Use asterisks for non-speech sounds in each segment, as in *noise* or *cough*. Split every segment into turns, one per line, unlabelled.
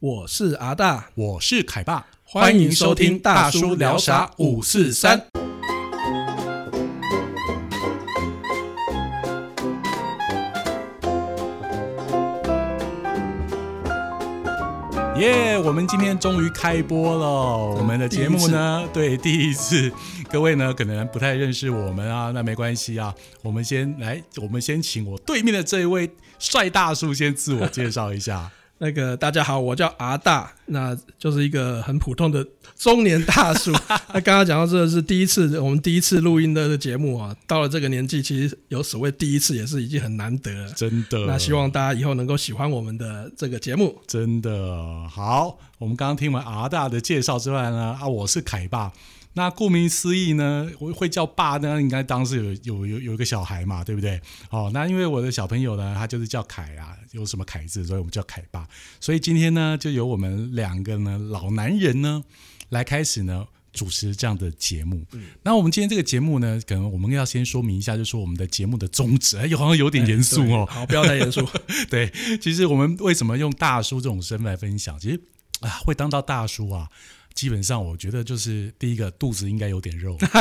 我是阿大，
我是凯爸，
欢迎收听大叔聊啥
五四三。耶我们今天终于开播了。我们的节目呢，对，第一次，各位呢可能不太认识我们啊，那没关系啊。我们先来，我们先请我对面的这一位帅大叔先自我介绍一下。
那个大家好，我叫阿大，那就是一个很普通的中年大 *laughs* 叔。那刚刚讲到这是第一次，我们第一次录音的节目啊，到了这个年纪，其实有所谓第一次也是已经很难得了。
真的，
那希望大家以后能够喜欢我们的这个节目。
真的好。我们刚刚听完阿大的介绍之外呢，啊，我是凯爸。那顾名思义呢，我会叫爸呢，应该当时有有有有一个小孩嘛，对不对？哦，那因为我的小朋友呢，他就是叫凯啊，有什么凯字，所以我们叫凯爸。所以今天呢，就由我们两个呢老男人呢来开始呢主持这样的节目。那我们今天这个节目呢，可能我们要先说明一下，就是我们的节目的宗旨，哎，好像有点严肃哦
哎对。好，不要太严 *laughs* 肃。
*laughs* 对，其实我们为什么用大叔这种身份来分享？其实啊，会当到大叔啊，基本上我觉得就是第一个肚子应该有点肉， *laughs*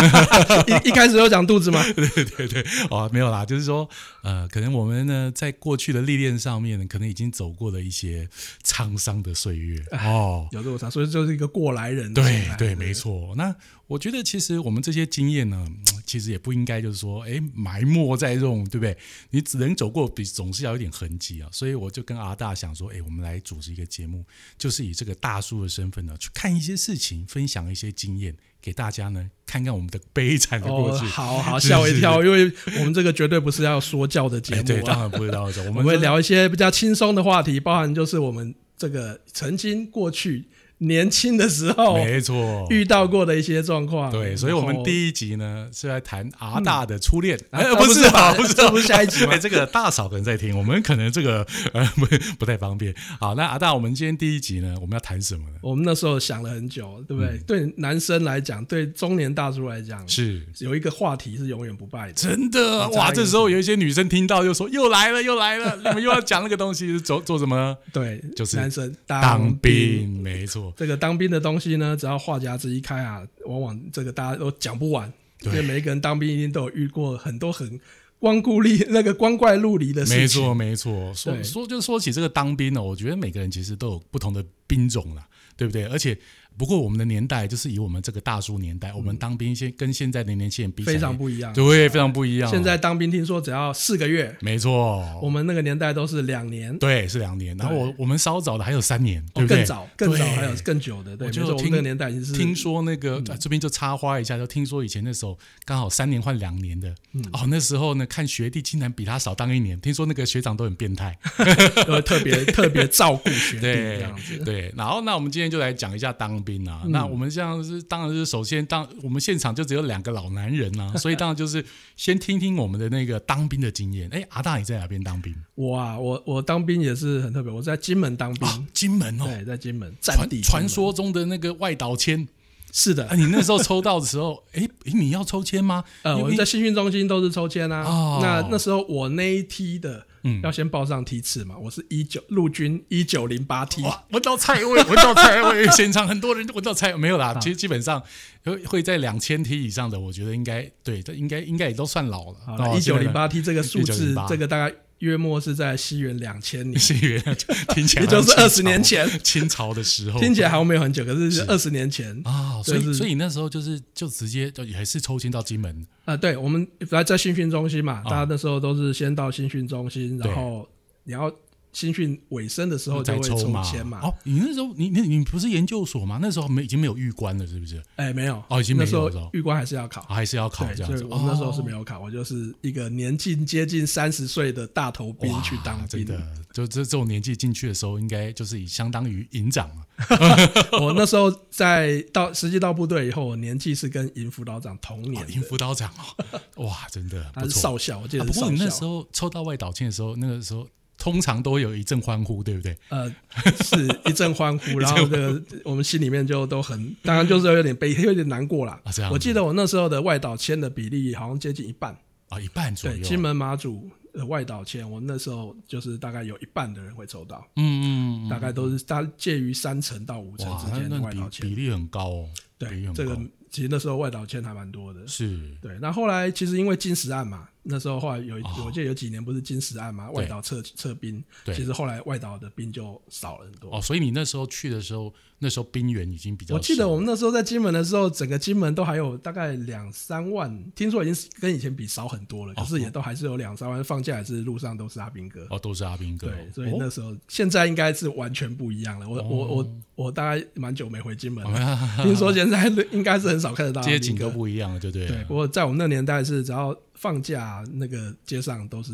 一一开始有讲肚子吗？
对对对，哦，没有啦，就是说呃，可能我们呢在过去的历练上面，可能已经走过了一些沧桑的岁月哦。
有这么长，所以就是一个过来人的心
对
态。
对，没错。那我觉得其实我们这些经验呢，嗯其实也不应该就是说，哎，埋没在这种，对不对？你只能走过，比总是要有点痕迹啊。所以我就跟阿大想说，哎，我们来主持一个节目，就是以这个大叔的身份呢，去看一些事情，分享一些经验给大家呢，看看我们的悲惨的过
哦，
去。
好好
是
吓我
是
一跳，因为我们这个绝对不是要说教的节
哎，对，
目啊
当。然不会
*laughs*
到这，我
我
们
们会
就是
聊一些比较轻松的话题，包含就是我们这个曾经过去年轻的时候
没错。
遇到过的一些状况。
对，所以，我们
一
第一集呢是来谈阿大的初恋，
嗯啊
哎，
啊
不
不
是
是
啊，
吧
不是啊，
这不是下一集吗
哎，这个大嫂可能在听，我们可能这个呃 *laughs* 不不太方便。好，那阿大，我们今天第一集呢，我们要谈什么呢？
我们那时候想了很久，对不对？对男生来讲，对中年大叔来讲，
嗯是
有一个话题是永远不败的。
真的
你
哇，
猜
这时候有一些女生听到就说又来了，又来了，你们又要讲那个东西，做做什么呢？
对，
就是
男生
当
兵。
兵，没错，
这个当兵的东西呢，只要话匣子一开啊，往往这个大家都讲不完，因
对
为每一个人当兵一定都有遇过很多很光顾利那个光怪陆离的事情。
没错，没错。说
对
说就说起这个当兵呢，我觉得每个人其实都有不同的兵种啦，对不对？而且，不过我们的年代就是以我们这个大叔年代，我们当兵现跟现在的年轻人比起来，
非常不一样。
对，非常不一样。
现在当兵听说只要四个月，
没错，
我们那个年代都是两年，
对是两年，然后我我们稍早的还有三年，对
哦，
不对？
更早更早
对
还有嗯更久的，对，没
我就
错，我们
听
那个年代已经是
听说那个、啊这边就插花一下，就听说以前那时候刚好三年换两年的，
嗯
哦，那时候呢看学弟竟然比他少当一年，听说那个学长都很变态， *laughs*
呃特别特别照顾学弟
对
这样子。
对，然后那我们今天就来讲一下当兵
嗯
啊。那我们像是当然是首先当我们现场就只有两个老男人
*laughs*
啊，所以当然就是先听听我们的那个当兵的经验。哎，阿大你在哪边当兵？
我啊，我我当兵也是很特别，我在金门当兵，
金门哦，
嗯对，在金门战
传
地金门
传说中的那个外岛签
是
啊，
的。
你那时候抽到的时候， *laughs* 哎，诶你要抽签吗？
呃，
因为
我们在新训中心都是抽签啊。
哦嗯
那那时候我那一梯的，要先报上梯次嘛。我是一九陆军一九零八 *laughs* 梯，
哇，闻到菜味，闻到菜味，
*laughs*
现场很多人闻到菜没有啦。
啊
其实基本上会会在两千梯以上的，我觉得应该对，这应该应该也都算老了。
好
哦
了，一九零八梯这个数字
1908，
这个大概约莫是在西元两千年。
*laughs* 是元，听起来
也就是
好像
20年
清朝
前
清朝的时候，
听起来好像没有很久，可是是二十年前啊、
啊、所
就
以
是
所以那时候就是就直接就也是抽签到金门，
啊对，我们来在新训中心嘛，
啊
大家那时候都是先到新训中心，
对
然后你要新训尾声的时候就
再
会
抽
抽签嘛。
哦，你那时候你你你不是研究所吗？那时候没已经没有预官了，是不是？
哎，没有，
哦已经没有
那时候
了是吧
预官还是要考。
啊还是要考
对，
这
所
样
以
子？哦
我们那时候是没
有
有考，我就是一个年近接近三十岁的大头兵去当
真
兵。
的，就这这种年纪进去的时候，应该就是以相当于营长啊嘛。
*laughs* 我那时候在到实际到部队以后，我年纪是跟营辅导长同年
哦
的，
营辅导
*laughs*
长哦，哇，真的
他
不
是
错。
少校，我记
啊
得
不
是
过
少
你那时
校。
候抽到外岛签的时候，那个时候通常都有一阵欢呼，对不对？
呃，是一阵
*laughs*
欢呼，然后这个 *laughs* 我们心里面就都很，当然就是有点悲， *laughs* 有点难过啦。
啊这样子
我记得我那时候的外岛签的比例好像接近一半，
啊，一半左
对，
右。
金门、马祖、呃外岛签，我那时候就是大概有一半的人会抽到，
嗯嗯嗯，
大概都是大介于三成到五成
哇
之，间的外
那那比
岛签。
比例很高哦，比
对
例，很
这个
高
其实那时候外岛签还蛮多的。
是
对，那后来其实因为金石案嘛，那时候后来有一、
哦
我记得有几年不是金石案嘛，
对
外岛撤撤兵，
对
其实后来外岛的兵就少了很多。
哦，所以你那时候去的时候，那时候兵源已经比较少，
我记得我们那时候在金门的时候，整个金门都还有大概两三万，听说已经跟以前比少很多了，可是也都还是有两三万，放假也是路上都是阿兵哥。
哦哦都是阿兵哥，
对，所以
哦
那时候、现在应该是完全不一样了。我、我我我大概蛮久没回金门了，听说现在应该是很少看得到阿兵
哦街
哥
啊景都不一样了，对不对了？啊
对。不过在我们那年代是，只要放假，那个街上都是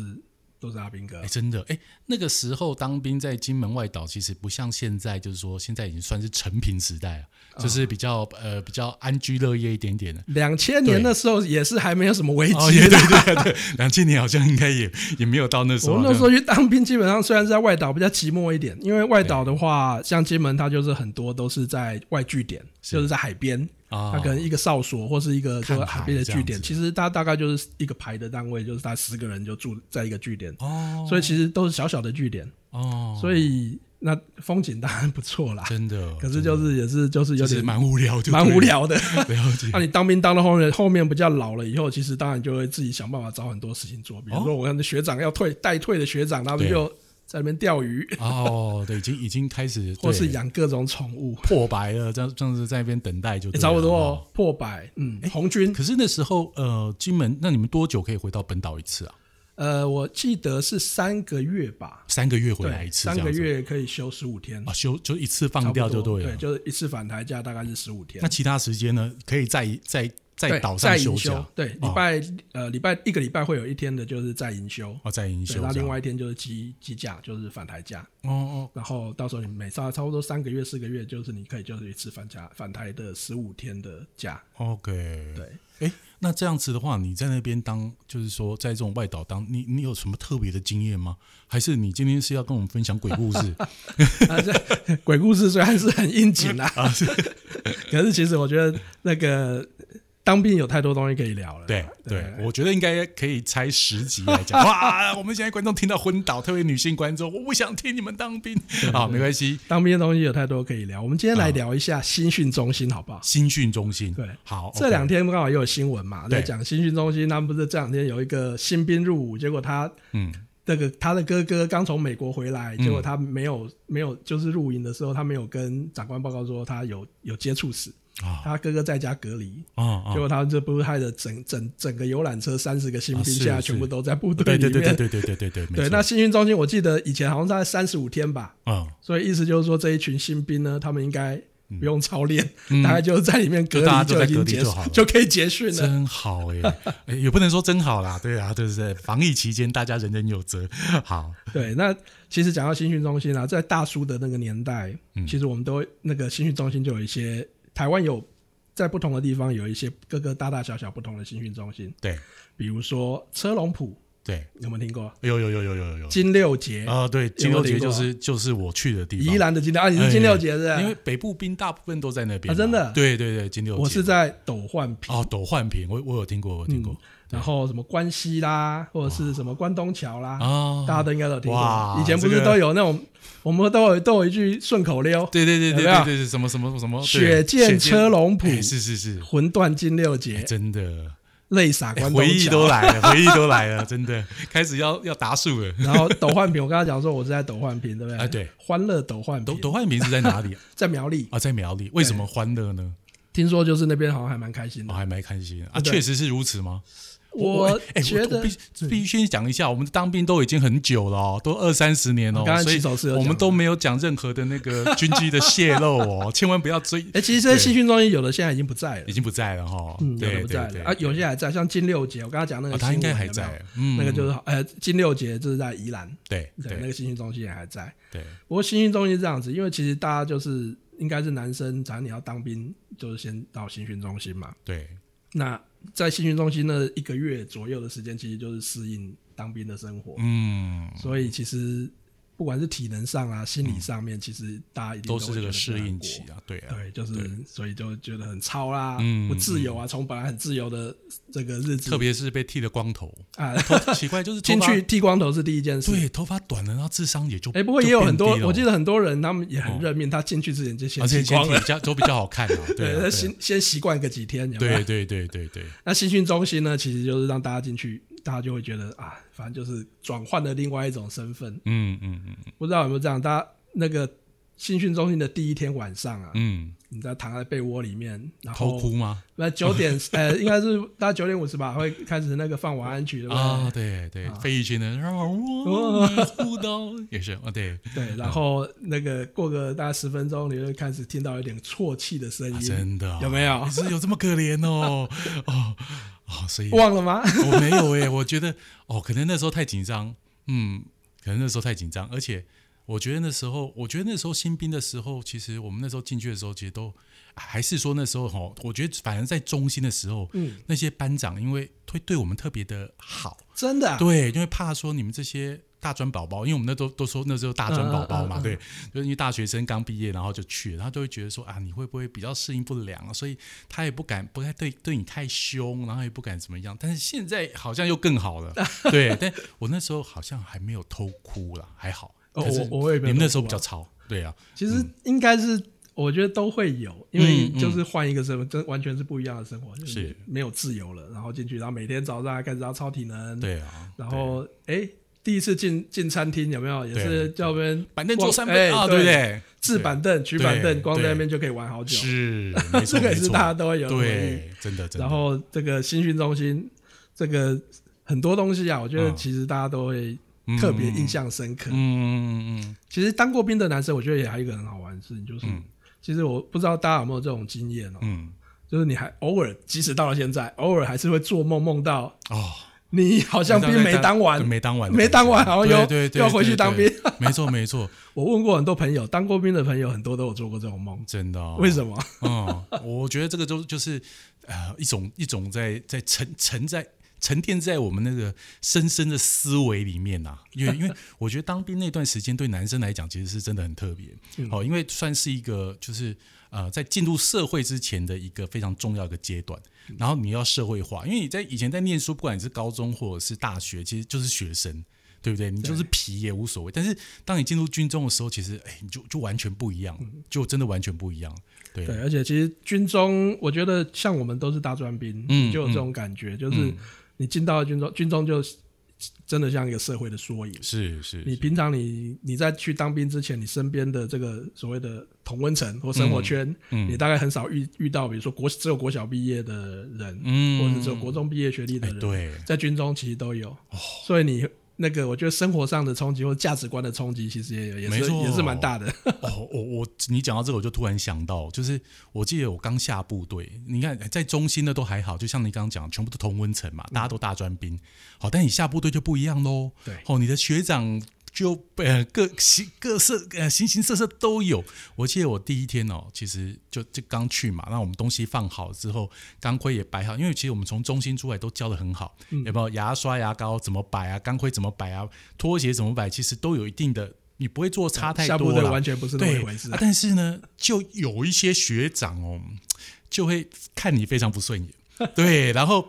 都是阿兵哥
哎、。真的，哎、那个时候当兵在金门外岛，其实不像现在，就是说现在已经算是成平时代了，
啊
就是比较呃比较安居乐业一点点的。
两千
对
年那时候也是还没有什么危
哦，
机
也
的
对对对，两千年好像应该也也没有到那时候。
啊我们那时候去当兵，基本上虽然是在外岛比较寂寞一点，因为外岛的话，像金门，它就是很多都是在外据点，就是在海边，
啊，
它可能一个哨所或是一个就
看
是
海
海边的据
这
点，
样子
其实它大概就是一个排的单位，就是它十个人就住在一个据点，
哦
所以其实都是小小的据点，
哦，
所以那风景当然不错啦。
真的，
可是就是也是就是有
就是
点
蛮无聊就对了，
蛮无聊
*laughs*
的。
了解
那、。你当兵当到后面，后面比较老了以后，其实当然就会自己想办法找很多事情做，比如说我看学长要退代退的学长，他们
哦对
就在那边钓鱼，
哦，对，已经已经开始，
或
对
是养各种宠物，
破白了，这样这样子在那边等待就
欸
对了、
差不多
哦。
哦破百，嗯，红军，
啊哎可是那时候呃，金门，那你们多久可以回到本岛一次啊？
呃，我记得是三个月吧，
三个月回
对，
来一次，
三
这样
个
子
月可以休十五天
啊，，休就一次
差
放
不
掉
多
就对了。
对，就是一次返台假大概是十五天
那。其他时间呢，可以在在在
对
岛
在
上
营
假哦
休，对，礼拜、呃礼拜一个礼拜会有一天的就是在营休，
哦，在营
对，
休
那
这
另
样。
外一天就是机机假，就是返台假。
哦哦，
然后到时候你每差差不多三个月、四个月，就是你可以就是一次返家返台的十五天的
*laughs*
假。
哦 OK，
对，
哎，那这样子的话，你在那边当，就是说在这种外岛当，你你有什么特别的经验吗？还是你今天是要跟我们分享鬼
*laughs*
故事 *laughs*
啊，这鬼故事虽然是很应景
*laughs*
啦，
啊？是
可是其实我觉得那个当兵有太多东西可以聊了。
对对，我觉得应该可以拆十集
*laughs*
来讲。哇，我们现在观众听到昏倒，特别女性观众，我不想听你们当
*laughs*
兵。好，没关系，
当兵的东西有太多可以聊。我们今天来聊一下新训中心，好不好？
新训中心
对
好，
这两天刚好也有新闻嘛，
对
在讲新训中心，他们不是这两天有一个新兵入伍，结果他
嗯，
那个他的哥哥刚从美国回来，结果他没有没有就是入营的时候，他没有跟长官报告说他有有接触史，
啊
他哥哥在家隔离，
啊啊
结，果他这不是害得整整整个游览车三十个新
啊
兵
是
现在
是
全部都在部队
对
里
对
面。
对对对对对对对，没
对
错
那新训中心我记得以前好像大概三十五天吧，
嗯。
所以意思就是说这一群新兵呢，他们应该不用操练，
嗯
大概就在里面隔
就大家
离
都在
已经
隔离
结
就好了
束，就可以结训了。
真好
*laughs*
哎、欸，也不能说真好啦，对啊，对不对？防疫期间大家人人有责，好，
对，那其实讲到新训中心啊，在大叔的那个年代，
嗯
其实我们都那个新训中心就有一些台湾有在不同的地方有一些各个大大小小不同的新训中心，
对
比如说车龙埔，
对，
有没有听过？
有有有有有有有
金六杰，
啊、对，金
有
六
听
节就
过啊
是就是我去的地方，
宜兰的金六啊，你是金六杰是不是？
哎因为北部兵大部分都在那边
啊
嘛、
真的
对对对，金六节
我是在斗焕平，
哦斗焕平，我我有听过，我有听过
然后什么关西啦，或者是什么关东桥啦，
啊、
大家都应该都有听过
哇。
以前不
这
是
个
都有那种，我们都有都有一句顺口溜：
对对对对
有没有
对对，什么什么什么对
血溅车龙谱
哎是是是，
魂断金六
哎
杰，
真的。
泪洒
哎
关
回
东
忆都
桥。
来了，回忆都来了，真的开始要要打数
*laughs*
了。
然后斗焕平，我刚才讲说我是在斗焕平，哎对不对？
啊对，
欢乐斗焕
斗
平
斗焕平是在哪里啊？
在苗栗，
啊，在苗栗，为什么欢乐呢？
听说就是那边好像还蛮开心
我、
的。
还蛮开心的啊，
对
确实是如此吗？
我
哎、
觉
我
得
我必须必须先讲一下，我们当兵都已经很久了、哦，都二三十年了、
啊刚
哦，
刚
所以
骑手是有讲
我
的
们都没有讲任何的那个军机的泄露哦， *laughs* 千万不要追，
哎，其实这些新训中心有的现在已经不在了
已。经不在了哈、哦
嗯，有的
对
不
对
在
对
了啊，有些还在，像金六杰，我刚刚讲那个
哦
新
他
闻有
应
没有，
该还在，嗯，
那个就是呃，金六杰就是在宜兰，
对
对，那
对
个新训中心也还在。
对，
不过新训中心是这样子，因为其实大家就是应该是男生，只要你要当兵，就是先到新训中心嘛。
对，
那在新训中心那一个月左右的时间，其实就是适应当兵的生活，
嗯，
所以其实不管是体能上啊、心理上面，其实大家一定
都
会
是这
觉
个
得
适
很
应
难过
期啊，对啊，
对，就是
对
所以就觉得很超啦，
嗯
不自由啊，从本来很自由的这个日子，
特别是被剃了光 *laughs* 头，
啊，
奇怪
*laughs*
就是头
进
发
去剃光头是第一件事。
对头发短了，然后智商也就
哎，不过也有很多，我记
得
得很多人他们也很认命，他进去之前就先
而且
剃
哦啊先
光
剃
了
比，较都比较好看啊，
*laughs*
对啊
他
对啊
先先习惯个几天，有没有
对对对对对，
那新训中心呢，其实就是让大家进去，大家就会觉得啊，反正就是转换了另外一种身份。
嗯嗯嗯
*laughs*
嗯
不知道有没有这样，大家那个新训中心的第一天晚上啊，
嗯，
你在躺在被窝里面，然后
偷哭吗？
那九
*laughs*
点呃，应该是大概九点五十吧，会开始那个放晚安曲，对不对？
啊，对对，费玉清的让我
*laughs* 哦
你哭到也是啊，
*laughs*
对，
对，然后那个过个大概十分钟，你就开始听到有点啜泣的声
啊
音，
真的啊
有没有
*laughs* 你是有这么可怜哦，哦哦，所以
忘了吗？ *laughs*
我哦没有诶、我觉得哦，可能那时候太紧张，嗯，可能那时候太紧张，而且我觉得那时候，我觉得那时候新兵的时候，其实我们那时候进去的时候，其实都还是说那时候哈，我觉得反正在中心的时候，
嗯，
那些班长因为会对我们特别的好，
真的、啊，
对，因为怕说你们这些大专宝宝，因为我们那都都说那时候大专宝宝嘛，
嗯嗯嗯嗯
对，就是因为大学生刚毕业，然后就去了，他都会觉得说啊，你会不会比较适应不良啊？所以他也不敢不太对对你太凶，然后也不敢怎么样。但是现在好像又更好了，
*laughs*
对。但我那时候好像还没有偷哭啦，还好。
哦
可是
我我也没
你
有
们那
偷
时候
哭
比较
啊
吵，对啊，
其实应该是，我觉得都会有，因为
嗯嗯
就是换一个身份，这完全是不一样的生活，就是没有自由了。然后进去，然后每天早上开始要操体能，，
对啊。
然后哎，第一次进进餐厅有没有？也
对啊
是叫我们
板凳坐三
哎
分啊，对不对？
置板凳、举
对
板凳，光在
对
那边就可以玩好久。
是，没错
这个也
没
是
错
大家都会有的回
对，真的真的。
然后这个新训中心，这个很多东西啊，我觉得
嗯
其实大家都会
嗯
特别印，象深刻。
嗯嗯嗯嗯，
其实当过兵的男生，我觉得也还有一个很好玩的事情，就是、
嗯
其实我不知道大家有没有这种经验哦，
嗯
就是你还偶尔，即使到了现在，偶尔还是会做梦，梦到
哦，
你好像兵没当完
对。没当完的感觉，
没当完，然后又
对对对
又回去当兵。 *laughs*
对。对没错没错，
我问过很多朋友，当过兵的朋友很多都有做过这种梦，
真的、哦。
为什么？
么？嗯，我觉得这个就就是呃一种一种在在沉沉在。沉淀在我们那个深深的思维里面呐、因为因为我觉得当兵那段时间对男生来讲其实是真的很特别，哦
嗯
好、因为算是一个就是呃在进入社会之前的一个非常重要的阶段，然后你要社会化，因为你在以前在念书，不管你是高中或者是大学，其实就是学生，对不对？你就是皮也无所谓，但是当你进入军中的时候，其实哎你就就完全不一样了，就真的完全不一样了，对
对，而且其实军中，我觉得像我们都是大专兵，
嗯
你就有这种感觉，就是
嗯
你进到军中，军中就真的像一个社会的缩影。
是是，
你平常你你在去当兵之前，你身边的这个所谓的同温层或生活圈，
嗯嗯
你大概很少遇遇到，比如说国只有国小毕业的人，
嗯
或者只有国中毕业学历的
哎
人，
对，哦
在军中其实都有。所以你那个，我觉得生活上的冲击或价值观的冲击，其实也有，也
没
是
错
也是蛮大的。
哦，我我你讲到这个，我就突然想到，就是我记得我刚下部队，你看在中心的都还好，就像你刚刚讲，全部都同温层嘛，大家都大专兵。好、但你下部队就不一样喽。
对
哦，你的学长就呃各形各色呃形形色色都有。我记得我第一天哦，其实就就刚去嘛，那我们东西放好之后，钢盔也摆好，因为其实我们从中心出来都教的很好，
嗯
有没有牙刷、牙膏怎么摆啊，钢盔怎么摆啊，拖鞋怎么摆，其实都有一定的。你不会做差
*laughs*
太
下
多
部队
了，
完全不是那么
对
一回事
啊。但是呢，就有一些学长哦，就会看你非常不
*laughs*
顺眼，对，然后。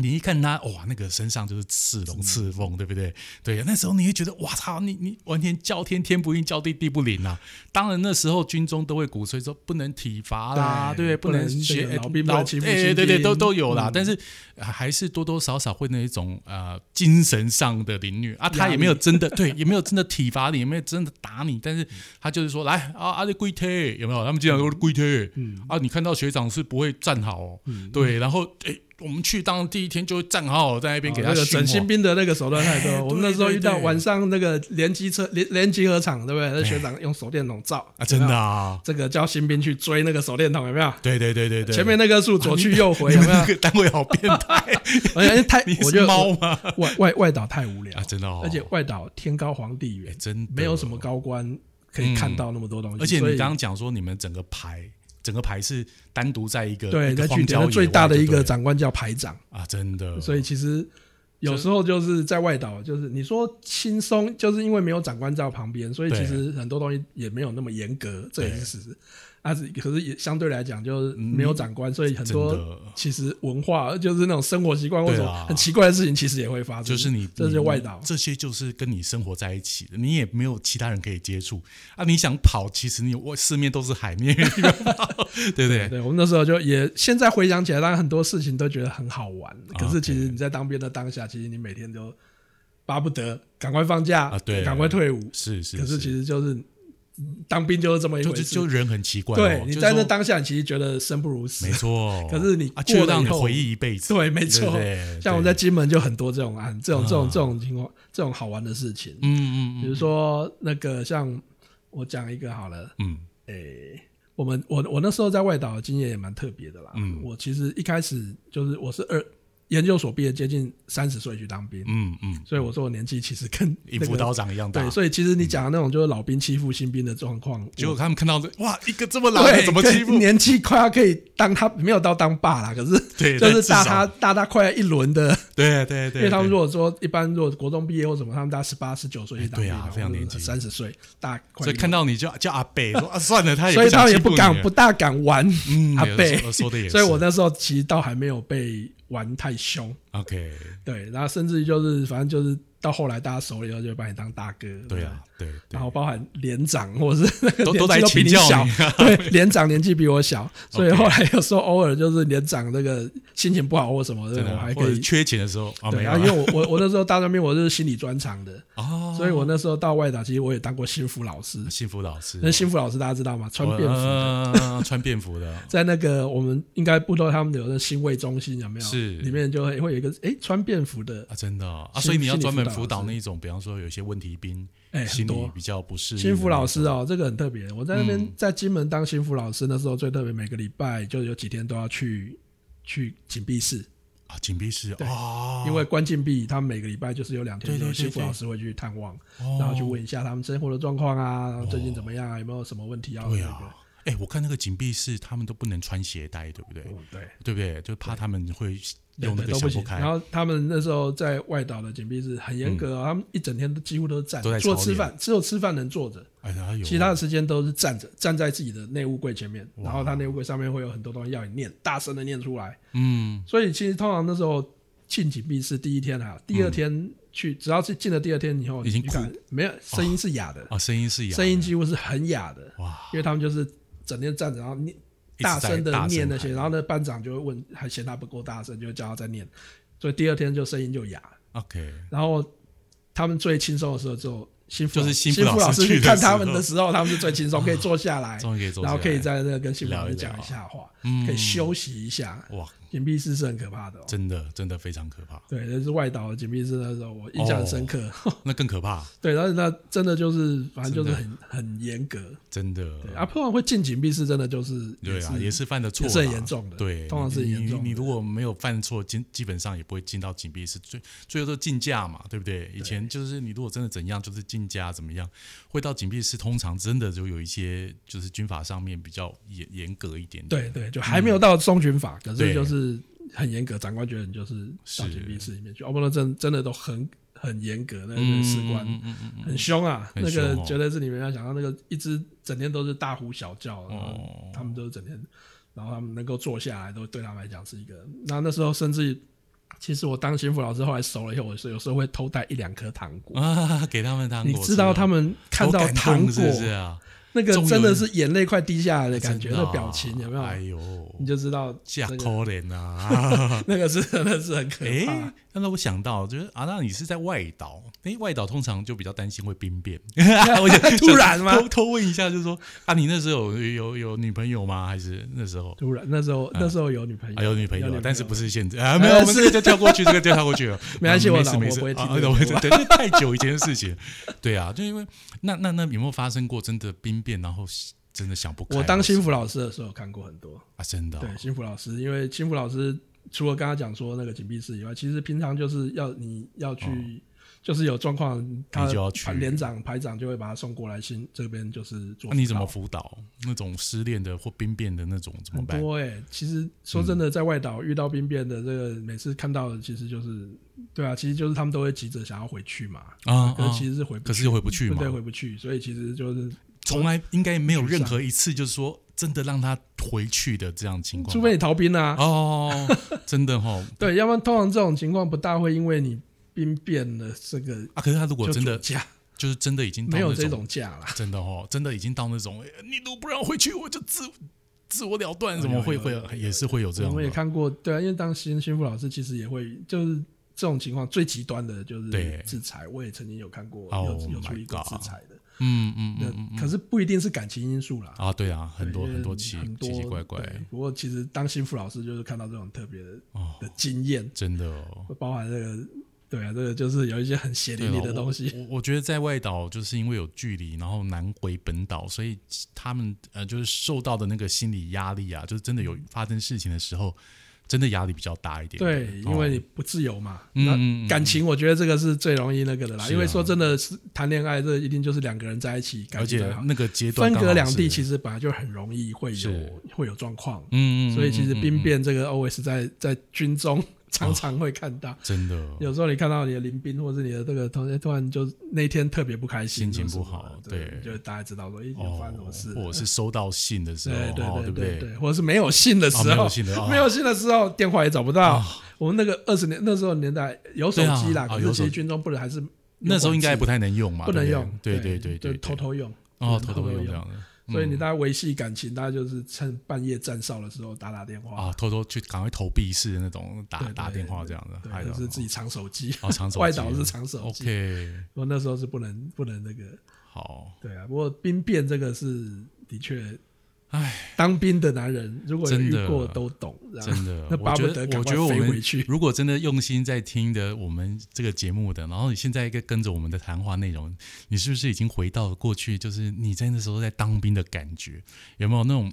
你一看他，哇，那个身上就是赤龙赤凤，对不对？对，那时候你会觉得，哇操，你你完全叫天天不应，叫地地不灵啊！当然那时候军中都会鼓吹说不能体罚啦，
对
对不
不能
能
这
学
个老兵不能欺负
哎
新
对对，
兵
都都有啦。
嗯
但是呃还是多多少少会那一种呃精神上的凌虐啊，他
压
也
力嗯
没有真的对，也没有真的体罚你，也没有真的打你，但是他就是说来啊啊，这跪贴有没有？他们经常说跪贴，
嗯
啊，你看到学长是不会站好哦，对，然后哎，我们去当第一天就会站好好在那边给
哦
他
那个
训
整
话
新。兵的那个手段太多
哎
了。我们那时候
对对
遇到
对
晚上那个联机车联联集合场，对不对？那学长用手电筒照
啊，真的。
有没有
啊，
这个叫新兵去追那个手电筒，有没有？
对对对对对，
前面那棵树左去右
*laughs*
回，
你
有
们
没有
那？个单位好变
*laughs*
态，
而且太
你，
我觉
是
得
猫吗？
外外外岛太无聊
啊，，真的哦，
而且外岛天高皇帝
哎
远，
真的嗯
没有什么，高官可以看到那么多东西。
而且
所
你
以
刚刚讲说你们整个排。整个排是单独在一个
对在
一个
据
荒
点
郊
的
野
最大
外
的
就
一
对
个
了
长官叫排长，
啊，真的，
所以其实有时候就是在外岛，就是你说轻松，就是因为没有长官在我旁边，所以
对
其实很多东西也没有那么严格，这也是事实。啊，是可是也相对来讲，就是没有长官，所以很
真
多
的
其实文化就是那种生活习惯或
对
者
啊
什么很奇怪的事情，其实也会发生。
就是你，
这就是
你
外岛。
这些就是跟你生活在一起的，你也没有其他人可以接触啊。你想跑，其实你我四面都是海，你也没地方跑，
*laughs*
对不对？
对，我们那时候就也现在回想起来，当然很多事情都觉得很好玩，可是其实你在当兵的当下，其实你每天都巴不得赶快放假
啊对
赶快退伍。
是是
可是其实就是嗯当兵就是这么一
就
回
就
事，
就人很奇怪、哦，
对，你
就是
在那
说
当下，你其实觉得生不如死
没。错，
*laughs* 可是你过
啊，就
了
让
以
你
后
回忆一辈子，
对，没错
对不。
*laughs*
对
像我在
对
金门就很多这种案，这种这种
啊
这种情况，这种好玩的事情。
嗯嗯嗯，
比如说那个像我讲一个好了，
嗯
诶，我们我我那时候在外岛的经验也蛮特别的啦。
嗯
我其实一开始就是我是二研究所毕业，接近三十岁去当兵，
嗯嗯，
所以我说我年纪其实跟
一
那
副
个
刀长一样大。
对，所以其实你讲的那种就是老兵欺负新兵的状况，
结果
我
他们看到这，哇，一个这嗯么老的
对
怎么欺负
跟？年纪快要可以当他没有到当爸啦，可是
对，
就
但
是
至
大
少
他，大他快要一轮的，
对对
因
对，
为他们
对
如果说一般如果国中毕业或什么，他们大概十八十九岁去当
对
兵
啊
嘛，
非常年轻
三十岁大快一轮，
所以看到你就叫阿贝说啊，算了，他也
所以他
想
们
欺
也
负
不
你
敢
了
不大敢玩
嗯
阿
有
贝
说说的也，是，
所以我那时候其实倒还没有被玩太凶，
OK，
对，然后甚至于就是反正就是到后来大家熟了以后就会把你当大哥，
对啊，
*laughs*
对对
然，后包含连长或者是 *laughs*
都
年
都在
纪比
请
你
教
小
你， *laughs*
对，连长年纪比我小，所以
OK
后来有时候偶尔就是连长那个心情不好或什么，
真
的，
的
我还
啊，
可
或者
以。
缺钱的时候啊，
对
没有
啊，
啊
因为我我我那时候大专兵，我是心理专长的，
哦，
所以我那时候到外岛，其实我也当过心服老师。
幸福老师
那幸福老师大家知道吗？穿
哦
便服
呃
的，
服，穿便服的，
在那个我们应该部队他们有那新卫中心有没有？
是
里面就会会有一个哎穿便服的，
啊，真的哦啊，
心
所以你要专
心
门
理辅
辅
导老
导
师
那一种，比方说有一些问题兵，
哎很
心理嗯
多。
比较不适应。
新福老师，哦，这个很特别。我在那边在金门当新福老师，那时候最特别，每个礼拜就有几天都要去去紧闭室，
啊，紧闭室哦，
因为关禁闭，他们每个礼拜就是有两天
对对
有
对
新福
对
老师会去探望，
哦
然后去问一下他们生活的状况啊，然后最近怎么样啊，有没有什么问题要
对
那个
啊，哎，我看那个紧闭室，他们都不能穿鞋带，对不对？
嗯对。
对不对？就怕他们会
对
用那
对
个
都不
想
行。
开
然。后他们那时候在外岛的紧闭室很严格、哦，他们一整天都几乎都是站
嗯都在
着，做
操练
吃饭，只有吃饭能坐着，
哎呀，有
其他的时间都是站着，站在自己的内务柜前面，然后他内务柜上面会有很多东西要你念，大声的念出来。
嗯，
所以其实通常那时候进紧闭室第一天啊，第二天去，只要是进了第二天以后，
已经
你看没有声音是哑的，
啊，声音是哑的，
声音几乎是很哑的，
哇，
因为他们就是整天站着，然后念
一直
大
在
声的
大声
念那
喊
些，然后那班长就会问，还嫌他不够大声，就会叫他再念，所以第二天就声音就哑了。
OK，
然后他们最轻松的时候就新福
就是
新
新福
老
老师
师
去
去
的
看
时
他们
候哦
的时候，他们是最
*laughs*
轻松，可以坐下来，
终于可以走起来，
然后可以在那跟新福老师
聊一聊
讲一下话，
嗯
可以休息一下。
哇，
紧闭室是很可怕的、哦，
真的真的非常可怕，
对，那是外岛的紧闭室那时候我印象很深刻。
那更可怕，
*laughs* 对，然后那真的就是反正就是
哦真的
很很严格。
真
对，
的。
啊，碰到会进紧闭室，真的就是
对啊，
是
也是犯的错啦，
也是很严重的
对，
通常是
你
很严重的
你你如果没有犯错，基基本上也不会进到紧闭室，最最后都竞价嘛，对不对？以前就是你如果真的怎样，就是竞价怎么样，会到紧闭室，通常真的就有一些就是军法上面比较严严格一点点。
对对，就还没有到松群法，可是
嗯对
就是很严格，长官觉得你就是到
是
禁闭室里面去，哦不，那真真的都很很严格，那
嗯，
个士官
嗯嗯嗯嗯
很凶啊，
很
那个
凶哦
绝对是你没有想到，那个一直整天都是大呼小叫，然后
哦
他们都是整天，然后他们能够坐下来，都对他们来讲是一个。那那时候甚至，其实我当心腹老师后来熟了以后，我是有时候会偷带一两颗糖果。
啊，给他们糖
你
果吃啊，
知道他们看到
多感动
糖果，
是不是啊？
那个
终于
真
有
的
人
是眼泪快滴下来的感觉，
真的
那个
啊
表情有没有？
哎呦，
你就知道
假
那
可
个
怜啊！
*laughs* 那个是真的是很可
哎、
怕。
那让我想到，就是啊，那你是在外岛，哎、外岛通常就比较担心会兵变，我就
突然吗
偷偷问一下，就是说啊，你那时候有有有女朋友吗？还是那时候？
突然那时候、那时候有女朋友，
啊，有女
有女
朋
朋
友
友，呃
但是不是现在啊？没有，我们这个就跳过去，这个就跳过去了。
*laughs* 没关系
啊
我
没
老
事
婆
没事，
不会听
啊
这个
我会对，这太久以前的事情。对啊，就因为那那那有没有发生过真的兵变，然后真的想不开？
我当心福老师的时候看过很多，
啊，真的哦、
对心福老师，因为心福老师除了刚刚讲说那个紧闭室以外，其实平常就是要你要去就是有状况，他
哦就要去
连长、排长就会把他送过来新这边，就是做
那、
辅
你怎么
导
辅导那种失恋的或兵变的那种怎么
很
办？嗯
多哎、其实说真的，在外岛遇到兵变的这个，每次看到的其实就是，对啊，其实就是他们都会急着想要回去嘛，
啊，
可
啊
是其实是回不
可是又回不去
对
嘛
对，，回不去，所以其实就是，
从来应该没有
沮
任
丧
何一次就是说真的让他回去的这样情况吧，
除非你逃兵啊，
哦，真的哈、
对，要不然通常这种情况不大会因为你兵变了这个
啊，可是他如果
就
真的
主假
就是真的已经到
没有
那
这种假啦。
*laughs* 真的哦，真的已经到那种，哎你如果不让我回去，我就自自我了断，怎么
有
会
有
会
有有
也是会有这
我
样
们也
的，
看过，对啊，因为当新新副老师其实也会，就是这种情况最极端的就是
对
制裁，我也曾经有看过
Oh
有有出
my
一个
God
制裁的，
嗯嗯
那
嗯嗯
可是不一定是感情因素啦，
啊，对啊，很多
对因为
很多奇
很多
奇奇怪怪
对不过其实当新副老师就是看到这种特别的
哦，
的经验，
真的哦。
包含这个，对啊，这个就是有一些很血
对
淋
了
淋啊的东西。
我我我觉得在外岛就是因为有距离，然后南回本岛，所以他们呃就是受到的那个心理压力啊，就是真的有
嗯
发生事情的时候，真的压力比较大一点。
对，因为你
哦
不自由嘛。
嗯
那
嗯嗯
感情，我觉得这个是最容易那个的啦。
是啊
因为说真的，是谈恋爱这一定就是两个人在一起，感
而
情
且
才好。
那个阶段
分
刚
隔
好
两
是
地，其实本来就很容易会
是
有会有状况。
嗯，嗯
所以其实
嗯嗯哦
兵
嗯
变这个 always 在在军中常常会看到。
真的哦
有时候你看到你的临兵或是你的这个同学，突然就那天特别不开心，
心情
或是什么
不好
的对，
对
就大家知道说，咦，
哦
有发生什么事了？
或者是收到信的时候，
对
哦
对
不
对？对，或者是没有信的时
哦没
候
有信的哦，
*laughs*
啊
没有信的时候，电话也找不到。我们那个二十年那时候年代有手机
对
啦，
啊
可
啊有
是
手
其实军中不能还是
那时候应该
有
不太能用嘛，
不
对
能
对
用，
对
对
对
就偷偷用
哦，
只能
偷偷
偷
用
用。
这样的，
所以你
嗯
大家维系感情，大家就是趁半夜站哨的时候打打电话，
啊，偷偷去赶快投币式的那种打
对对
打电话这样的，
对，
还
就是自己藏手机，
哦长手
外
机
岛是长手机。
OK，
我那时候是不能不能那个，
好，
对啊。不过兵变这个是的确，
哎，
当兵的男人如果有
真
遇
的
过都懂，这样
真的
啊 *laughs* ，那巴
我
不
觉
得
得
赶
我觉
快
得我
飞
们
回去。
*laughs* 如果真的用心在听的我们这个节目的，然后你现在一个跟着我们的谈话内容，你是不是已经回到过去？就是你在那时候在当兵的感觉，有没有那种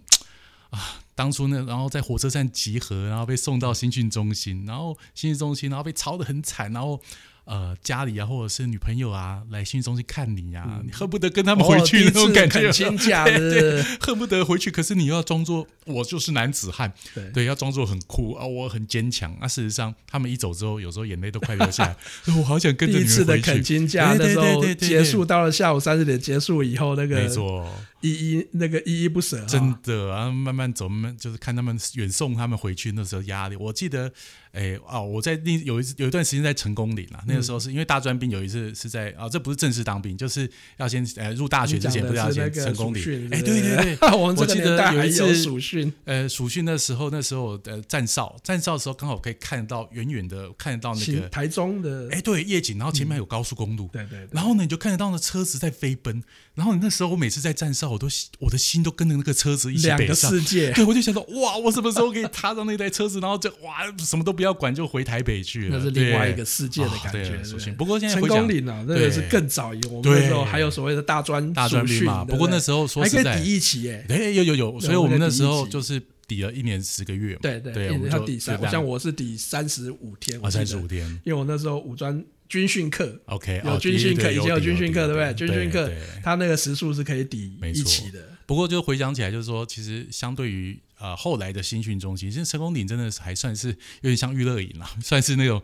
啊？当初那然后在火车站集合，然后被送到新训中心，然后新训中心，然后被操得很惨，然后。呃，家里啊，或者是女朋友啊，来新训中心看你啊，你恨不得跟他们回去
嗯哦
那种感
第一
觉，
次恳亲假日，
*laughs* 恨不得回去，可是你又要装作我就是男子汉，
对
对，要装作很酷啊，我很坚强啊。事实上，他们一走之后，有时候眼泪都快流下
*laughs*
来，我好想跟
第
着
一
你们
次的
回去
恳亲假那
对
时
对对
候
对对
结束，到了下午三四点结束以后，那
对
个
没错，
啊依依那个依依不舍啊，
真的啊，慢慢走，慢慢就是看他们远送他们回去，那时候压力。我记得，哎啊，我在另有一次有一段时间在成功岭啊，那个时候
嗯
是因为大专兵有一次是在啊，这不是正式当兵，就是要先呃入大学之前不
你
是要
讲的是
先
那个
成功
暑
岭
训，
哎，
是不
对
是
对对，
*laughs* 我们这
我
个
记
年
得
代
有
还
一次
暑训，
呃，暑训的时候，那时候呃站哨，站哨的时候刚好可以看到远远的看得到那
新
个，
台中的
哎，对，夜景，然后前
嗯
面有高速公路，
对对对，
然后呢，你就看得到那车子在飞奔，然后你那时候我每次在站哨，我都我的心都跟着那个车子一起
两
北
个
上。
世界，
对，我就想到哇，我什么时候可以踏上那台车子，然后就哇，什么都不要管，就回台北去了。
那是另外
对
一个世界的感
哦
觉。
对
对
属
不
性
对
不过现在
成
回想
功岭啊，那个是
对
更早以我们
对
那时候还有所谓的大专
大专
暑
兵
训
嘛
对
不过
对
那时候说
还可
实在
以抵一起耶，
对，哎有有有，所以
我
我们
们在
那
抵
时
一
候
级
就是抵了一年十个月嘛。
对
对，我
因为
们
要
就
抵三，
就
像
两
我是抵三十五天，
啊
我记
三
得
十五天。
因为我那时候武专军训课
OK，
有
哦
军训课，
对
以前
有
有
抵
军训课，
有
对不对？
抵
军训课
对
他那个时数是可以抵
没
一
错
起的，
不过就回想起来，就是说，其实相对于呃后来的新训中心，其实成功岭真的是还算是有点像娱乐营啦，算是那种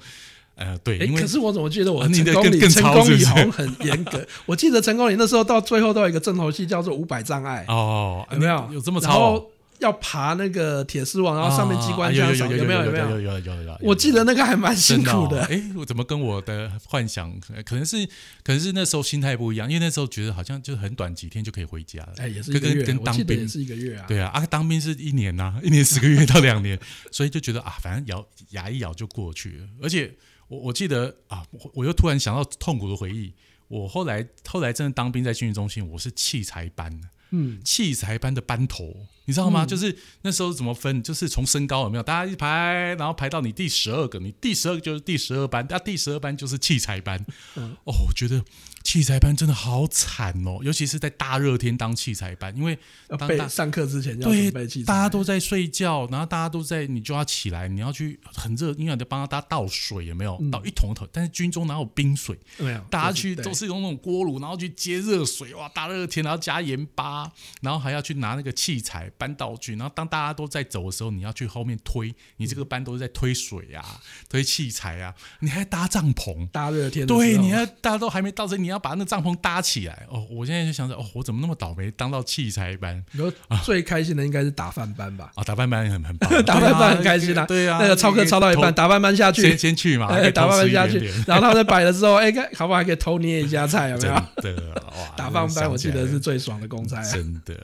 呃对，
哎，
因为
可是我怎么记得我
啊你
成
的
功
更
里
更
成
糙
功
是不
里
是
好像很严格，我记得成功里那时候到最后都有一个正头戏叫做五百障碍，
哦
有没有？
有这么
然
糙哦？
后要爬那个铁丝网，然后上面机关
啊
枪
有
扫，
有有
没有？
有
没
有
有？
有有有有，
我记得那个还蛮辛
真
苦
的
的
哦。，哎，我怎么跟我的幻想，呃可能是可能是那时候心态不一样，因为那时候觉得好像就很短几天就可以回家了，
哎，也是一
跟
个月
跟，跟
我
当
记得也
兵
是一个月啊。
对啊，啊，当兵是一年呐、 *laughs* 一年十个月到
*laughs*
两年，所以就觉得啊，反正咬牙一咬就过去了。而且我我记得啊，我我又突然想到痛苦的回忆。我后来后来真的当兵在训练中心，我是器材班的，
嗯，
器材班的班头，你你知道吗？就是那时候怎么分，就是从身高有没有，大家一排，然后排到你第十二个，你第十二个就是第十二班，那、啊第十二班就是器材班。
嗯
哦，我觉得器材班真的好惨哦，尤其是在大热天当器材班，因为
要
当
备
大
上课之前要
对
准备器材，
大家都在睡觉，然后大家都在，你就要起来，你要去很热，因为你得帮大家倒水，有没有？倒一桶桶，但是军中哪有冰水？
没有，
大家去
嗯对
都是用那种锅炉，然后去接热水，哇，大热天，然后加盐巴，然后还要去拿那个器材搬道具，然后当大家都在走的时候，你要去后面推，你这个班都是在推水啊，推器材啊，你还搭帐篷。
大热天的时
对，
候
你要大家都还没到这，你要把那帐篷搭起来哦。我现在就想着，哦，我怎么那么倒霉，当到器材班
你说
啊
最开心的应该是打饭班吧？，
啊？打扮班很很棒
*laughs* 打饭班很开心
啊。对啊，
那个抄课抄到一半，
投
打饭班下
先
去，
先去嘛，还可
哎 *laughs*
以
打
偷
饭
吃
班下
一点
去
点，
然后他在摆的时候，哎，看好不好还可以偷捏一下菜，有没
真
有？
的哇，
*laughs* 打饭班我记得
真的想起来
是最爽的公差啊，
真的。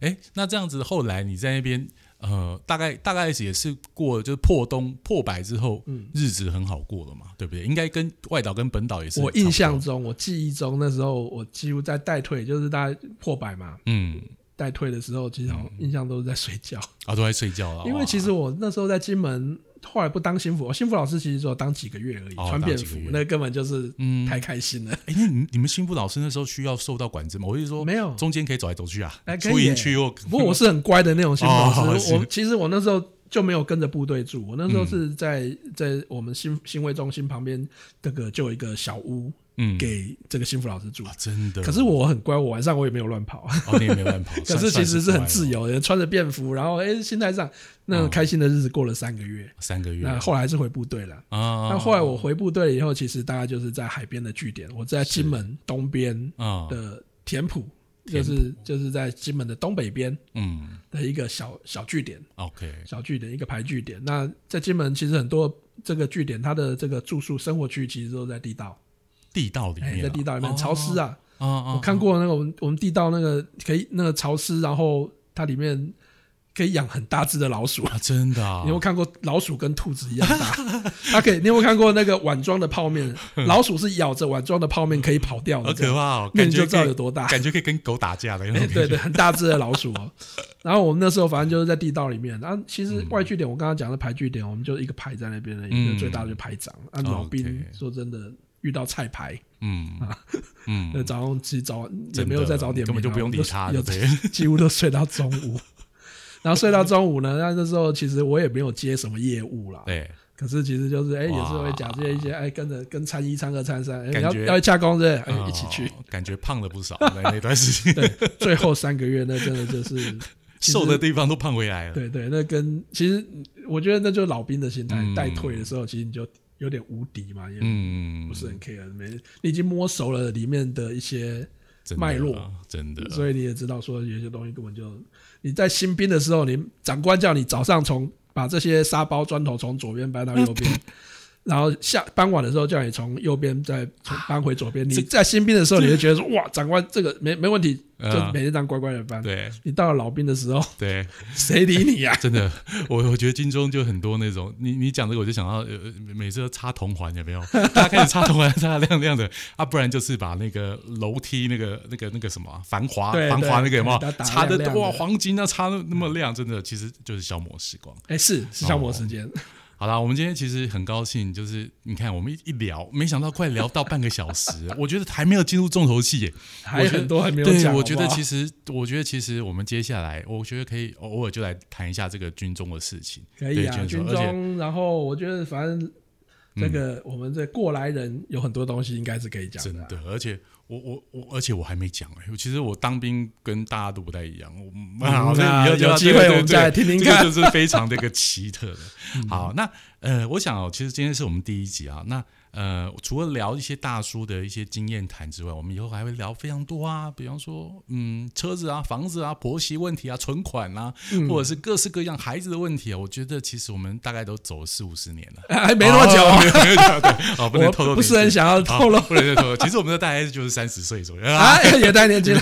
哎，那这样子后来你在那边呃，大概大概也是过了就是破冬破百之后，
嗯
日子很好过了嘛，对不对？应该跟外岛跟本岛也是。
我印象，中，我记忆中那时候我几乎在带退，就是大概破百嘛，
嗯，
带退的时候，其实我印象都是在睡觉，
啊，都在睡觉了。
因为
哇
其实我那时候在金门，后来不当心服，我心服老师其实只有当几个月而已，
哦
穿便
当
服
几个月
那根本就是
嗯，
太开心了，
哎，那你你们新妇老师那时候需要受到管制吗？我是说，
没有。
中间可以走来走去啊
哎，可以
出
耶
营区又。
不过我是很乖的那种新服老师，
哦
我
是嗯
其实我那时候。就没有跟着部队住，我那时候是在、在我们新新卫中心旁边，这个就有一个小屋
嗯
给这个新福老师住。
啊，真的。
可是我很乖，我晚上我也没有乱跑，
哦，你也没办法。
*laughs* 可是其
算
实是很自
算乖哦哦
由的，穿着便服，然后哎、心态上那种开心的日子过了三个月。
三个月
那
啊
后来还是回部队了。。那
那
后来我回部队以后，其实大概就是在海边的据点，我在金门东边
啊，
的田埔，就
田埔
是就是在金门的东北边
嗯
的一个小小据点，
，OK，
小据点一个排据点。那在金门其实很多这个据点，它的这个住宿生活区其实都在地道，
地道里
哎、
面
在
啊，
地道里面
哦
潮湿啊，
啊啊，
我看过那个我们我们地道那个可以那个潮湿，然后它里面可以养很大只的老鼠。
啊，真的啊
*laughs* 你有没有看过老鼠跟兔子一样大？它可以，你有没有看过那个碗装的泡面？老鼠是咬着碗装的泡面可以跑掉
*laughs*
的，
好可怕哦，
那
感
你就
觉
知道
可
有
以
多大。
*laughs*
哎
感觉可以跟狗打架的那种
对
感觉。
对，很大只的老鼠哦。
*laughs*
然后我们那时候反正就是在地道里面，然后其实外据点我刚刚讲的排据点，我们就一个排在那边的，一个
嗯哦
最大的就排长。啊，老兵说真的。遇到菜排，
嗯
啊那
嗯，
早上吃早也
真
没有
的
再早点名啊，
根本就不用理他
有
的，对，
*laughs* 几乎都睡到中午。 *laughs* 然后睡到中午呢，那那时候其实我也没有接什么业务啦，
对，
可是其实就是哎，也是
哇
会假借一些哎，跟着跟参一、参二、参三，哎，
感
要
觉
要洽公对不对，
哦
哎，一起去。，
感觉胖了不少，
*laughs*
在那段时间
最后三个月那真的就是其实
*laughs* 瘦的地方都胖回来了。
对对，那跟其实我觉得那就是老兵的心态，
嗯
带退的时候其实你就有点无敌嘛，也
嗯，
不是很 care，没你已经摸熟了里面的一些
真的
脉络
啊，真的，
所以你也知道说有些东西根本就你在新兵的时候，你长官叫你早上从把这些沙包砖头从左边搬到右边。然后下傍晚的时候叫你从右边再从搬回左
*laughs*
边，你
这
在新兵的时候你就觉得说哇，长官这个没没问题，就
啊
每天这样乖乖的搬。
对
你到了老兵的时候，
对，
谁理你啊
*laughs*
呀、
真的，我我觉得金钟就很多那种，你你讲这个我就想到，呃，呃每次都插铜环有没有？大家开始插铜环，插得亮亮的啊，不然就是把那个楼梯那个那个那个什么啊繁华
对
繁华
对
那个有没有
打打
插
亮亮的
哇黄金啊，插得那么亮，真的其实就是消磨时光。
哎，是是消磨
哦
时间，
好啦，我们今天其实很高兴，就是你看我们一一聊，没想到快聊到半个小时，我觉得还没有进入重头戏耶。
还有很多还没有
对，
讲。
我觉得其
实
实，我觉得其实我们接下来，我觉得可以偶尔就来谈一下这个军中的事情。
可以啊，
对
军
军中而且嗯
中。然后我觉得反正这个我们这过来人有很多东西应该是可以讲
真
*laughs* 的啊。
的，而且我我我，而且我还没讲哎、其实我当兵跟大家都不太一样，我们 *laughs* 好
嗯那
像
有机会我们再来听听看嗯
这个就是非常的一个奇特
*laughs*
的。好，那呃，我想哦，其实今天是我们第一集啊，那。呃，除了聊一些大叔的一些经验谈之外，我们以后还会聊非常多啊，比方说，嗯，车子啊、房子啊、婆媳问题啊、存款啊，
嗯
或者是各式各样孩子的问题啊。我觉得其实我们大概都走了四五十年了，
哎，没多久
哦
啊，
没有没有讲对，哦，不能透露
我不是
年纪
很想要透露
好不能再透露。其实我们的大概就是三十岁左右啊。
*laughs* 啊，
*laughs*
也太年轻了。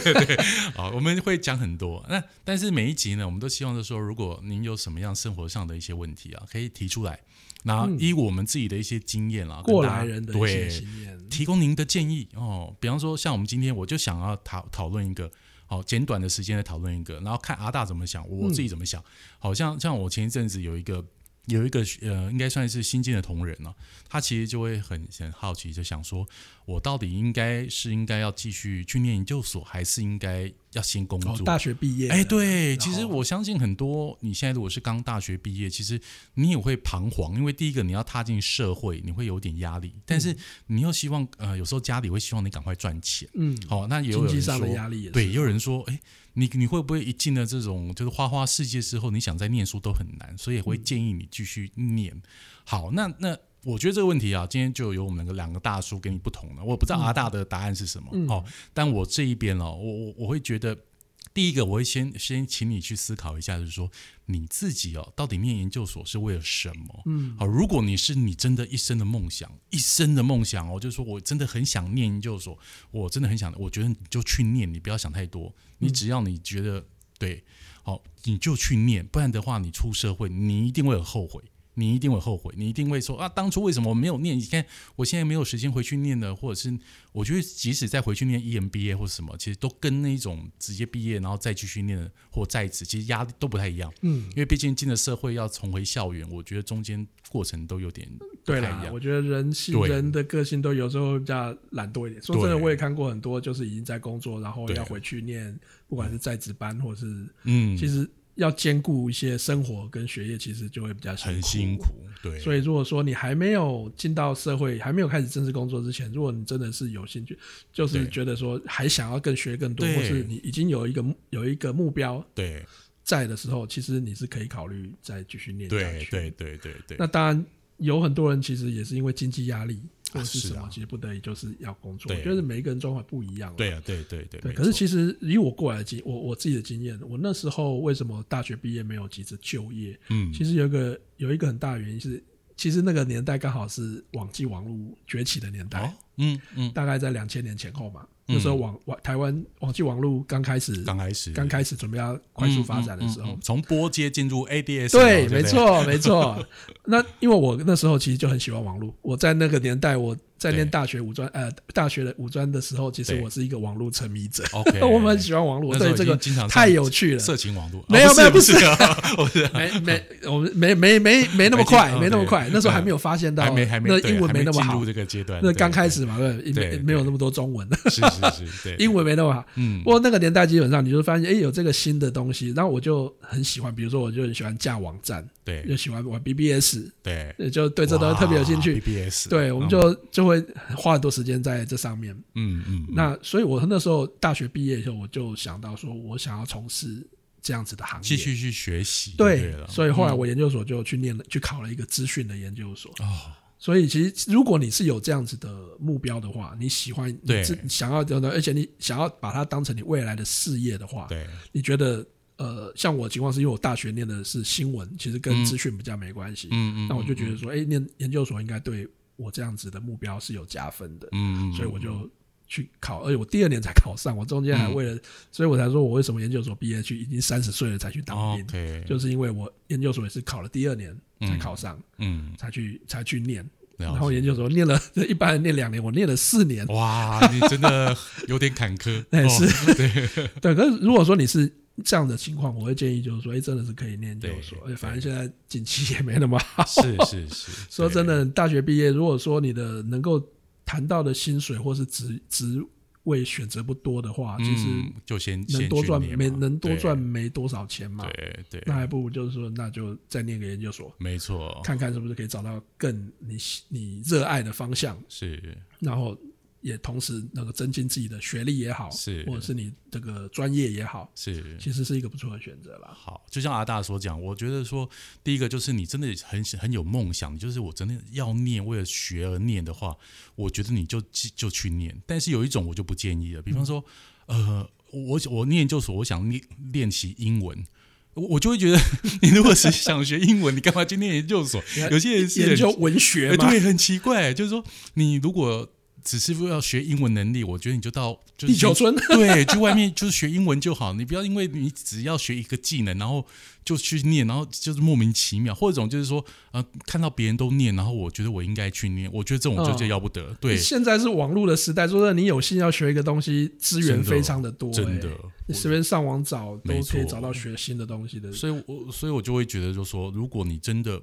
好，我们会讲很多。那但是每一集呢，我们都希望是说，如果您有什么样生活上的一些问题啊，可以提出来。那依我们自己的一些经验啊，
嗯过
跟大家
来人的一些
对
经验。
提供您的建议哦。比方说，像我们今天我就想要讨讨论一个好简短的时间来讨论一个，然后看阿大怎么想，我自己怎么想。好像像我前一阵子有一个有一个呃，应该算是新进的同仁了、他其实就会很很好奇，就想说我到底应该是应该要继续去念研究所，还是应该要先工
哦
作？，
大学毕业，
哎，，对，
然
其实
后
我相信很多你现在如果是刚大学毕业，其实你也会彷徨，因为第一个你要踏进社会，你会有点压力，但是你又希望呃，有时候家里会希望你赶快赚钱。
嗯，
好、那也有
经
人
济
说
上的，压力也是
对，也有人说，哎，你你会不会一进了这种就是花花世界之后，你想再念书都很难，所以也会
嗯
建议你继续念。好，那那我觉得这个问题啊，今天就有我们两个两个大叔跟你不同了，我不知道
嗯
阿大的答案是什么、哦，但我这一边哦，我我我会觉得。第一个，我会先先请你去思考一下，就是说你自己哦，到底念研究所是为了什么？嗯，好，如果你是你真的一生的梦想，一生的梦想哦，就是说我真的很想念研究所，我真的很想，我觉得你就去念，你不要想太多，你只要你觉得对，好，你就去念，不然的话，你出社会，你一定会有后悔。你一定会后悔，你一定会说啊，当初为什么我没有念？你看我现在没有时间回去念了，或者是我觉得即使再回去念 EMBA 或什么，其实都跟那种直接毕业然后再继续念或在职，其实压力都不太一样。
嗯，
因为毕竟进了社会要重回校园，我觉得中间过程都有点不
对
太一
啦，
样。
我觉得人性
对
人的个性都有时候比较懒惰一点。说真的，
对
我也看过很多，就是已经在工作，然后
对
要回去念，不管是在职班或是，
嗯，
其实要兼顾一些生活跟学业，其实就会比较
很辛
辛苦。
苦，对，
所以，如果说你还没有进到社会，还没有开始正式工作之前，如果你真的是有兴趣，就是
对
觉得说还想要更学更多，
对
或是你已经有一个目有一个目标
对
在的时候，其实你是可以考虑再继续念下
对
去。
对对对对，
那当然有很多人其实也是因为经济压力或者是
是
什么，
啊
其实不得已就是要工作。
对
我觉得每一个人状况不一样。
对啊，对对对，
对，
没
可是
错
其实以我过来的经，我我自己的经验，我那时候为什么大学毕业没有急着就业？
嗯，
其实有一个有一个很大的原因是，其实那个年代刚好是网际网络崛起的年代，
哦，嗯嗯，
大概在两千年前后嘛。
嗯
那时候网网台湾网际网络刚开始
刚开始嗯
刚开始准备要快速发展的时候
嗯嗯嗯，嗯啊从波接进入 ADS，
对，
嘛
没，
不
错，没错。那因为我那时候其实就很喜欢网络，我在那个年代我在念
对
大学五专呃大学的五专的时候，其实
对
我是一个网络沉迷者，*laughs*
OK，
我们很喜欢网络，
那
我
时
对
候已
这
经
个
经常
太
上
有趣了。
色情网络，啊
没有没有
不是不是啊， *laughs* 我是
没没，我们没没没没那么快
没，进
没那么
对
快，那时候还没有发现到，
还没还没
那
对
英文
还
没
没
那么
进
好
入，这个阶段，
那
对
刚开始嘛，对，没
对对
没有那么多中文，
对是是是，对，
*laughs* 英文没那么好。
嗯
不，过那个年代基本上你就发现，哎，有这个新的东西，然后我就很喜欢，比如说我就很喜欢架网站，就
对
喜欢玩 BBS，
对，
呃就对这东西特别有兴趣。
，BBS，
对，我们就就会花很多时间在这上面。
嗯嗯，嗯
那所以，我那时候大学毕业以后，我就想到说，我想要从事这样子的行业。
继续去学习就
对
了，，
所以后来我研究所就去念了，去考了一个资讯的研究所。
哦，
所以其实如果你是有这样子的目标的话，你喜欢，
对
你是想要的，而且你想要把它当成你未来的事业的话，
对
你觉得呃，像我的情况是因为我大学念的是新闻，其实跟
嗯
资讯比较没关系。
嗯嗯
那我就觉得说，哎、念研究所应该对我这样子的目标是有加分的，
嗯，嗯
所以我就去考，而且我第二年才考上，我中间还
嗯
为了，所以我才说我为什么研究所毕业去已经三十岁了才去当兵，
哦 OK，
就是因为我研究所也是考了第二年才考上，
嗯，
才去才去念，
然
然后研究所念了 *laughs* 一般人念两年，我念了四年，
哦哇，你真的有点坎坷，
*laughs* 哎
哦
是
对，
对，可是如果说你是这样的情况，我会建议就是说，哎、真的是可以念研究所，
对
而且反正现在景气也没那么好， *laughs*
是是是，
说
对
真，的，大学毕业，如果说你的能够谈到的薪水或是职职位选择不多的话，其实
嗯就先
能多赚没能多，赚
先去
没多少钱嘛
念嘛，对对
那
对，
还不如就是说，那就再念个研究所，
没错，
看看是不是可以找到更你喜你热爱的方向，
是
然后也同时那个增进自己的学历也好，
是
或者是你这个专业也好，
是。
其实是一个不错的选择啦。
好，就像阿大所讲，我觉得说，第一个就是你真的很很有梦想，就是我真的要念，为了学而念的话，我觉得你就就去念。但是有一种我就不建议了，比
嗯
方说，呃，我我念研究所，我想练练习英文。我我就会觉得， *laughs* 你如果是想学英文，你干嘛去念研究所
你？看
有些人是
研
很
究文学
哎
嘛，
对，很奇怪，就是说你如果只是要学英文能力，我觉得你就到就
地
是
球村
对，去外面就是学英文就好，你不要因为你只要学一个技能，然后就去念，然后就是莫名其妙，或者种就是说啊、呃看到别人都念，然后我觉得我应该去念，我觉得这种就
哦
就要不得，
*laughs*
对，
现在是网络的时代，说真的，你有心要学一个东西，资源非常的多、
真的
欸，你随便上网找都
没
可
错
以找到学新的东西的。
所以我所以我就会觉得，就说如果你真的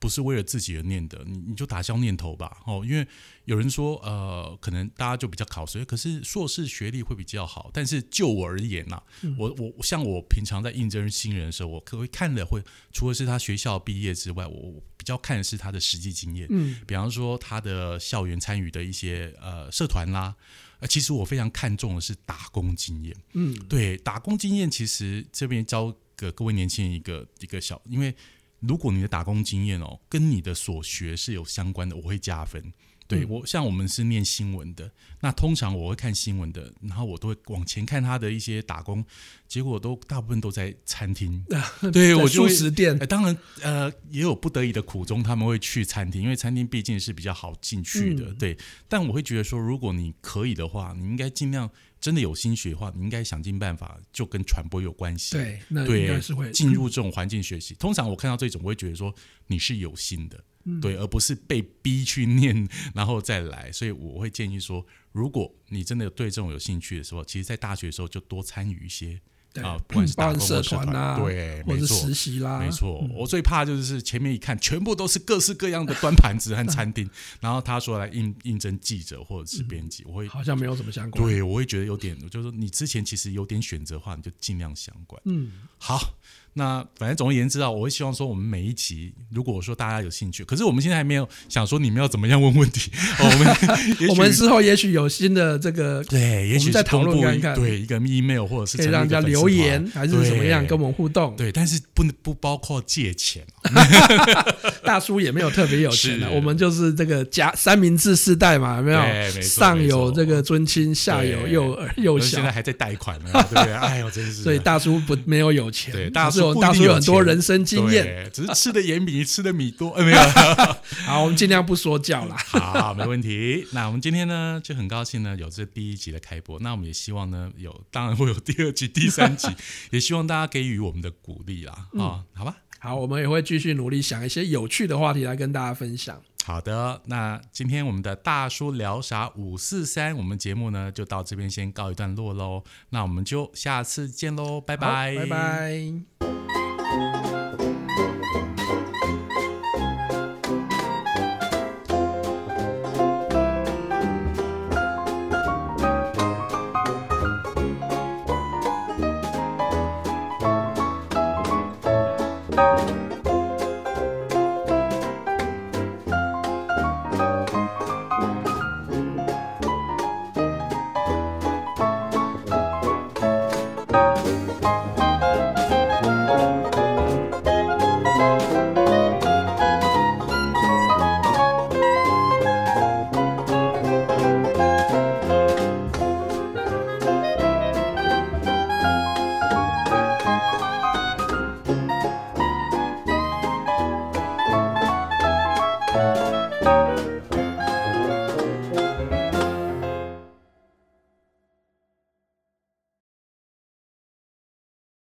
不是为了自己而念的，你你就打消念头吧，哦，因为有人说，呃，可能大家就比较考所以可是硕士学历会比较好。但是就我而言呐、我我像我平常在应征新人的时候，我可会看的会，除了是他学校毕业之外，我我比较看的是他的实际经验，
嗯，
比方说他的校园参与的一些呃社团啦。呃，其实我非常看重的是打工经验。
嗯，
对，打工经验其实这边教给各位年轻人一个一个小，因为如果你的打工经验哦跟你的所学是有相关的，我会加分。对
嗯
我像我们是念新闻的，那通常我会看新闻的，然后我都会往前看他的一些打工，结果都大部分都在
*laughs*
餐厅。对
在
我就
素
会
食店
哎，当然，呃，也有不得已的苦衷，他们会去餐厅，因为餐厅毕竟是比较好进去的，
嗯
对。但我会觉得说，如果你可以的话，你应该尽量真的有心学的话，你应该想尽办法，就跟传播有关系，
对，那
对
应该是会
进入这种环境学习。通常我看到这种，我会觉得说你是有心的，
嗯
对，而不是被逼去念然后再来。所以我会建议说，如果你真的对这种有兴趣的时候，其实，在大学的时候就多参与一些
对嗯
啊，不管是
包
打
含
工
社
或
团啊，
对，
或
没
者
错。
实习啦，
没错，我最怕就是前面一看，全部都是各式各样的端盘子和餐厅，然后他说来应应征记者或者是编辑，我会
嗯好像没有什么相关。，
对我会觉得有点，我就说你之前其实有点选择的话，你就尽量相关。
嗯，
好，那反正总而言之啊，我会希望说我们每一集，如果说大家有兴趣，可是我们现在还没有想说你们要怎么样问
*laughs*
问题，哦、我们 *laughs* 也许
我们之后也许有新的这个
对，也
们
许是
再讨论
公布
看
一
看
对一个 email 或者是
可以
成立
让人
一个
家
粉丝
留
团
言还是怎么样
对
跟我们互动。
对，但是不能不包括借钱哦
大叔也没有特别有钱的、
是
我们就是这个家三明治世代嘛，有没有
对没错
上有
没错
这个尊亲，下有
对 *laughs*
幼儿幼
可是
小
现在，还在贷款呢，对不对？哎呦，真是。
所以大叔不没有有钱，
对
只
大
是
叔
我
不一
大叔
定有
很多
钱
人生经验。
对，只是吃的盐比你吃的
*laughs*
米多，哎，没有。
好，我们尽量不说教啦。
好，没问题。那我们今天呢，就很高兴呢，有这第一集的开播。那我们也希望呢，有当然会有第二集、第
*laughs*
三集，也希望大家给予我们的鼓励啦。
嗯
啊、好吧。
好，我们也会继续努力想一些有趣的话题来跟大家分享。
好的，那今天我们的大叔聊啥五四三，我们节目呢就到这边先告一段落喽。那我们就下次见喽，拜
好拜拜。